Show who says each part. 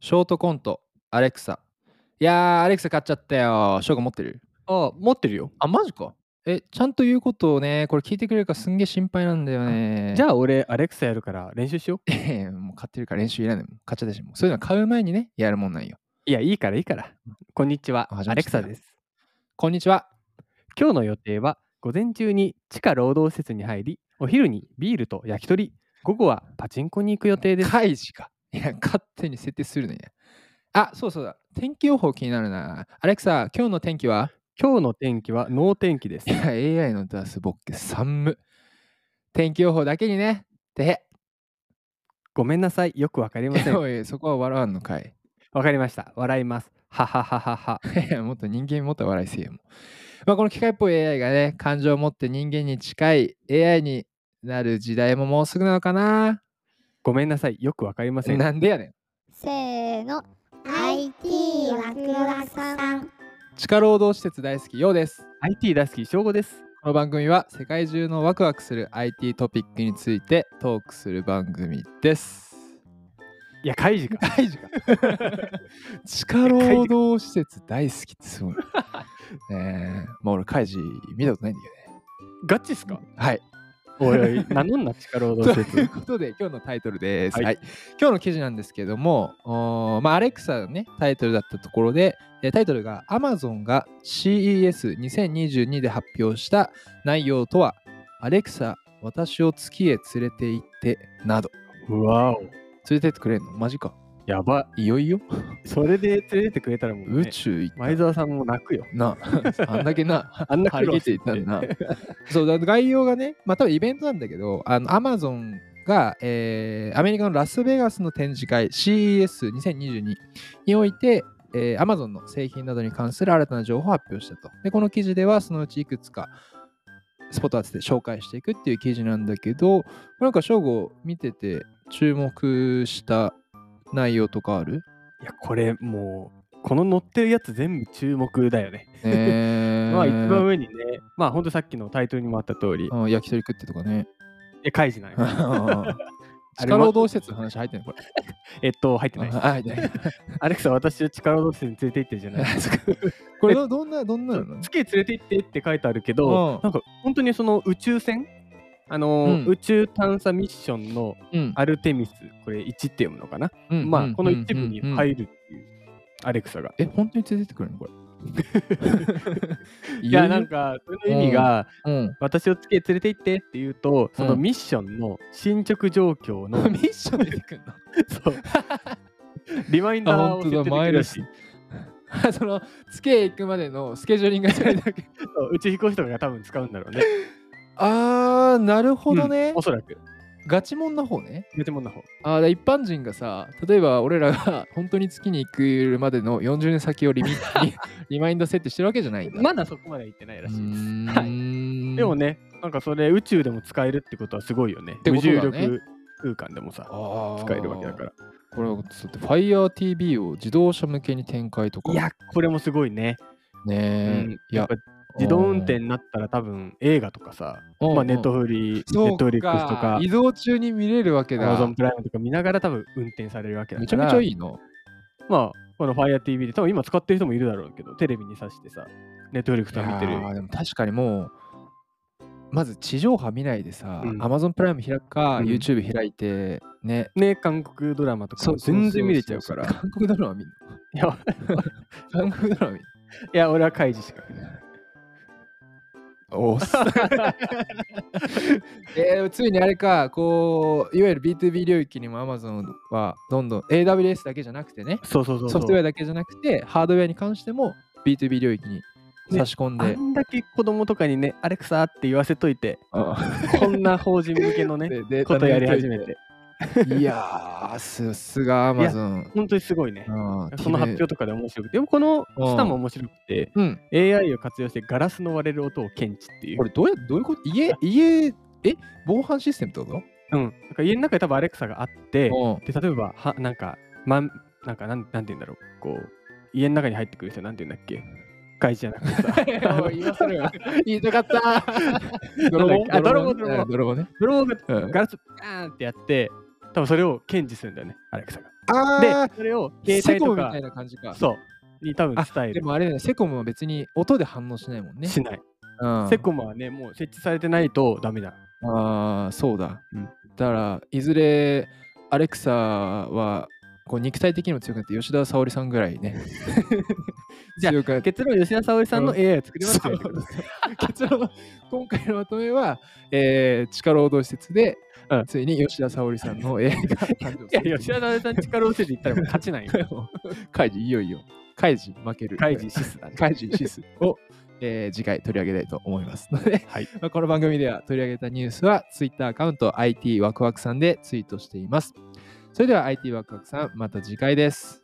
Speaker 1: ショートコント、アレクサ。いやー、アレクサ買っちゃったよ。ショーゴ持ってる
Speaker 2: あ、持ってるよ。
Speaker 1: あ、マジか。え、ちゃんと言うことをね、これ聞いてくれるかすんげえ心配なんだよね。
Speaker 2: じゃ
Speaker 1: あ、
Speaker 2: あ俺、アレクサやるから練習しよう。
Speaker 1: もう買ってるから練習いらないもん。買っちゃったし、もうそういうのは買う前にね、やるもんなんよ。
Speaker 2: いや、いいからいいから。こんにちは、
Speaker 1: あ始ま
Speaker 2: ア
Speaker 1: っちゃ
Speaker 2: レ
Speaker 1: っ
Speaker 2: ク
Speaker 1: たよ
Speaker 2: サです。
Speaker 1: こんにちは。
Speaker 2: 今日の予定は、午前中に地下労働施設に入り、お昼にビールと焼き鳥、午後はパチンコに行く予定です。
Speaker 1: カイジか。いや、勝手に設定するね。あ、そうそうだ。天気予報気になるな。アレクサ、今日の天気は
Speaker 2: 今日の天気は能天気です
Speaker 1: い。や、AI の出すボッケ、寒。天気予報だけにね。てへ。
Speaker 2: ごめんなさい、よくわかりませ ん。
Speaker 1: おい、そこは笑わんのかい。
Speaker 2: わかりました。笑います。ははははは。
Speaker 1: い やもっと人間もっと笑いせえよ。もうまあ、この機械っぽい AI がね、感情を持って人間に近い AI になる時代ももうすぐなのかな
Speaker 2: ごめんなさい、よくわかりません。
Speaker 1: なんでやねん。
Speaker 3: せーの IT ワクワクさん
Speaker 1: 地下労働施設大好き、ようです。
Speaker 2: IT 大好き、翔吾です。
Speaker 1: この番組は世界中のワクワクする IT トピックについてトークする番組です。
Speaker 2: いや、カイジか。
Speaker 1: 大事か。 地下労働施設大好きってすご い。ねえ、まあ俺、カイジ見たことないんだけどね。
Speaker 2: ガチっすか
Speaker 1: はい。
Speaker 2: おいおい、 名乗んな地下労 働
Speaker 1: と
Speaker 2: 施
Speaker 1: いう
Speaker 2: 設。
Speaker 1: ことで今日のタイトルです、は
Speaker 2: はいい
Speaker 1: 今日の記事なんですけどもおーまあ、アレクサの、ね、タイトルだったところでえータイトルが Amazon が CES2022 で発表した内容とは「アレクサ私を月へ連れて行って」など
Speaker 2: うわお。
Speaker 1: 連れてってくれるのマジか
Speaker 2: やば
Speaker 1: いよいよ
Speaker 2: い。それで連れてってくれたらもう、ね、
Speaker 1: 宇宙行った
Speaker 2: 前澤さんも泣くよ。
Speaker 1: なあんだけな
Speaker 2: あんな
Speaker 1: 張り
Speaker 2: 苦
Speaker 1: 切
Speaker 2: 労
Speaker 1: っていったん
Speaker 2: して
Speaker 1: だな そうだ概要がねまあ多分イベントなんだけどあの Amazon が、えーアメリカのラスベガスの展示会 CES2022 において、えー Amazon の製品などに関する新たな情報を発表したとでこの記事ではそのうちいくつかスポット当てて紹介していくっていう記事なんだけどなんか正吾見てて注目した内容とかある
Speaker 2: いや、これもう、この乗ってるやつ全部注目だよね。
Speaker 1: ね
Speaker 2: まあ、一番上にね、まあ、ほんとさっきのタイトルにもあった通り、い
Speaker 1: うん焼き鳥食ってとかね
Speaker 2: や、カイジなんよ
Speaker 1: 地下労働施設の話入ってんのこれ。
Speaker 2: えっと、入ってない。
Speaker 1: あ入ってない
Speaker 2: アレクサ、私を力労働施設に連れて行ってるじゃない。
Speaker 1: これどどんな、どんなのなの
Speaker 2: 月へ連れて行ってって書いてあるけど
Speaker 1: うん、
Speaker 2: なんか、本当にその宇宙船あの
Speaker 1: う
Speaker 2: ー
Speaker 1: ん
Speaker 2: 宇宙探査ミッションの
Speaker 1: うん
Speaker 2: アルテミス、これ1って読むのかな、
Speaker 1: うん
Speaker 2: ま
Speaker 1: う
Speaker 2: あ、
Speaker 1: ん
Speaker 2: この一部に
Speaker 1: うんうん
Speaker 2: 入るっていう、アレクサが。
Speaker 1: え、本当に連れてってくれるのこれ。
Speaker 2: いや、なん、か、その意味が、
Speaker 1: うん。
Speaker 2: 私を月へ連れて行ってって言うとその
Speaker 1: うん
Speaker 2: ミッションの進捗状況の、
Speaker 1: ミッション出てくるの
Speaker 2: そうリマイン
Speaker 1: あ、
Speaker 2: ダー
Speaker 1: 本
Speaker 2: を
Speaker 1: 当
Speaker 2: 設
Speaker 1: だ、
Speaker 2: 定で
Speaker 1: マ
Speaker 2: き
Speaker 1: イ
Speaker 2: る
Speaker 1: ル
Speaker 2: し
Speaker 1: ス。あその、月へ行くまでのスケジューリングがそれだけ。
Speaker 2: そう宇宙飛行士とかが多分使うんだろうね。
Speaker 1: あー、なるほどね
Speaker 2: うんお。そらく。
Speaker 1: ガチモンの方ね。
Speaker 2: 別物の方。
Speaker 1: あー一般人がさ、例えば俺らが本当に月に行くまでの40年先をリミリリマインド設定してるわけじゃないんだ。
Speaker 2: まだそこまで行ってないらしいです。はい
Speaker 1: い
Speaker 2: でもね、なんかそれ宇宙でも使えるってことはすごいよね。
Speaker 1: てこ
Speaker 2: 無
Speaker 1: とだね
Speaker 2: 重力空間でもさ、 使
Speaker 1: 使
Speaker 2: えるわけだから。
Speaker 1: これはちょっと FireTV を自動車向けに展開とか
Speaker 2: いや、これもすごいね。
Speaker 1: ね
Speaker 2: う
Speaker 1: え、
Speaker 2: ん
Speaker 1: い
Speaker 2: や
Speaker 1: や
Speaker 2: っぱ自動運転になったら多分映画とかさ、まあネットフリー、
Speaker 1: そう
Speaker 2: ネットフリックスとか、
Speaker 1: 移動中に見れるわけだ
Speaker 2: Amazon プライムとか見ながら多分運転されるわけだから。
Speaker 1: めちゃめちゃいいの
Speaker 2: まあ、この FireTV で、多分今使ってる人もいるだろうけど、テレビに挿してさ、ネットフリックスとか見てる
Speaker 1: い
Speaker 2: よ
Speaker 1: やーでも確かにもうまず地上波見ないでさ、
Speaker 2: うん
Speaker 1: Amazon プライム開くか、
Speaker 2: うん
Speaker 1: YouTube 開いてね
Speaker 2: ね、韓国ドラマとかも全然見れちゃうから。
Speaker 1: 韓国ドラマ見る
Speaker 2: いや、
Speaker 1: 韓国ドラマ見る
Speaker 2: いや俺は開示しか見ない。
Speaker 1: おっさん えー、ついにあれか、こう、いわゆる B2B 領域にも Amazon はどんどん AWS だけじゃなくてね、
Speaker 2: そうそうそうそう。
Speaker 1: ソフトウェアだけじゃなくて、ハードウェアに関しても B2B 領域に差し込ん
Speaker 2: あ
Speaker 1: で、
Speaker 2: んだけ子供とかにね、アレクサって言わせといて、
Speaker 1: あ
Speaker 2: こんな法人向けの ね、
Speaker 1: でデー
Speaker 2: こ
Speaker 1: タ
Speaker 2: と
Speaker 1: の
Speaker 2: や
Speaker 1: や
Speaker 2: り
Speaker 1: り
Speaker 2: 始
Speaker 1: 始め
Speaker 2: めて。
Speaker 1: いやー、さすが Amazon。
Speaker 2: 本当にすごいね。
Speaker 1: うん
Speaker 2: その発表とかで面白くて、でもこの
Speaker 1: うん
Speaker 2: 下も面白くて、
Speaker 1: うん、
Speaker 2: AI を活用してガラスの割れる音を検知っていう
Speaker 1: こ。れどうやどういうこと家、家、え防犯システムってこと
Speaker 2: うん。なんか家の中で多分アレクサがあって、
Speaker 1: うん
Speaker 2: で例えばはなんか、まん、なんかなんなんて言うんだろうこう家の中に入ってくる人なんて言うんだっけ会社じゃなくてさ
Speaker 1: おい言わせろよ。 言いたかった。泥棒
Speaker 2: あ 泥棒
Speaker 1: ね泥棒ね。
Speaker 2: ブローが
Speaker 1: うん
Speaker 2: ガラスバーンってやって多分それを検知するんだよねアレクサが
Speaker 1: あ
Speaker 2: でそれを
Speaker 1: ー、
Speaker 2: 携
Speaker 1: セ
Speaker 2: 帯
Speaker 1: コ
Speaker 2: と
Speaker 1: ムみ
Speaker 2: か
Speaker 1: たいな感じか。
Speaker 2: そうに多分
Speaker 1: あ
Speaker 2: 伝え
Speaker 1: で
Speaker 2: る、
Speaker 1: もあれだよね、セコムは別に音で反応しないもんね。
Speaker 2: しない、
Speaker 1: うん
Speaker 2: セコムはねもう設置されてないとダメだ
Speaker 1: ああ、そうだ。
Speaker 2: うん
Speaker 1: だから、いずれ、アレクサは、こう肉体的にも強くなって、吉田沙保里さんぐらいね。
Speaker 2: じゃあ
Speaker 1: 強くなって
Speaker 2: 結論吉田沙保里さんの
Speaker 1: う
Speaker 2: AI を作ります
Speaker 1: そ
Speaker 2: よ
Speaker 1: う 結論は今回のまとめは、えー、地下労働施設で、
Speaker 2: うん
Speaker 1: ついに吉田沙保里さんの映画が誕生す
Speaker 2: いや
Speaker 1: る
Speaker 2: 吉田沙保里さん力をつけていったらもう勝ちないよ
Speaker 1: カイジいよいよカイジ負ける
Speaker 2: 開示シスだね
Speaker 1: カイジシスを、えー次回取り上げたいと思いますので、
Speaker 2: はい
Speaker 1: まあこの番組では取り上げたニュースは Twitter アカウント IT ワクワクさんでツイートしていますそれでは IT ワクワクさんまた次回です